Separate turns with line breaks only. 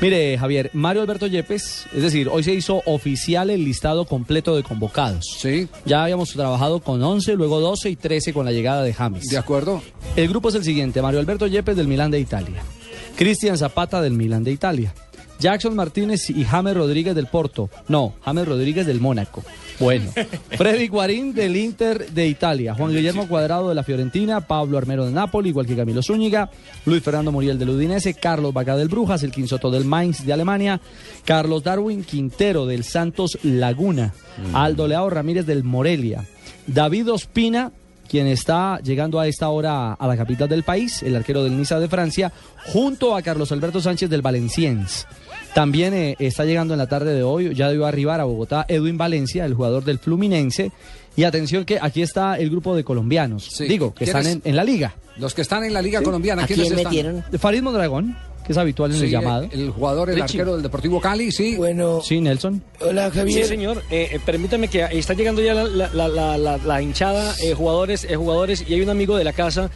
Mire, Javier, Mario Alberto Yepes, es decir, hoy se hizo oficial el listado completo de convocados.
Sí.
Ya habíamos trabajado con 11, luego 12 y 13 con la llegada de James.
¿De acuerdo?
El grupo es el siguiente: Mario Alberto Yepes del Milán de Italia, Cristian Zapata del Milán de Italia, Jackson Martínez y James Rodríguez del Porto. No, James Rodríguez del Mónaco. Bueno, Freddy Guarín del Inter de Italia, Juan Guillermo Cuadrado de la Fiorentina, Pablo Armero del Napoli, igual que Camilo Zúñiga, Luis Fernando Muriel del Udinese, Carlos Vaca del Brujas, el Quinsoto del Mainz de Alemania, Carlos Darwin Quintero del Santos Laguna, Aldo Leao Ramírez del Morelia, David Ospina quien está llegando a esta hora a la capital del país, el arquero del Niza de Francia, junto a Carlos Alberto Sánchez del Valenciennes. También eh, está llegando en la tarde de hoy, ya debió arribar a Bogotá Edwin Valencia, el jugador del Fluminense. Y atención que aquí está el grupo de colombianos,
Sí.
digo, que están
¿Quiénes?
en, en la liga.
Los que están en la Liga Colombiana,
¿A
¿quiénes
quién
están?
metieron?
Farid Mondragón, que es habitual en
Sí,
el llamado.
El, jugador, el
Richie.
arquero del Deportivo Cali, sí.
Bueno,
Sí, Nelson.
hola
Sí,
Javier.
señor. Eh, eh, permítame que está llegando ya la, la- la- la- la- la hinchada, eh, jugadores, eh, jugadores, y hay un amigo de la casa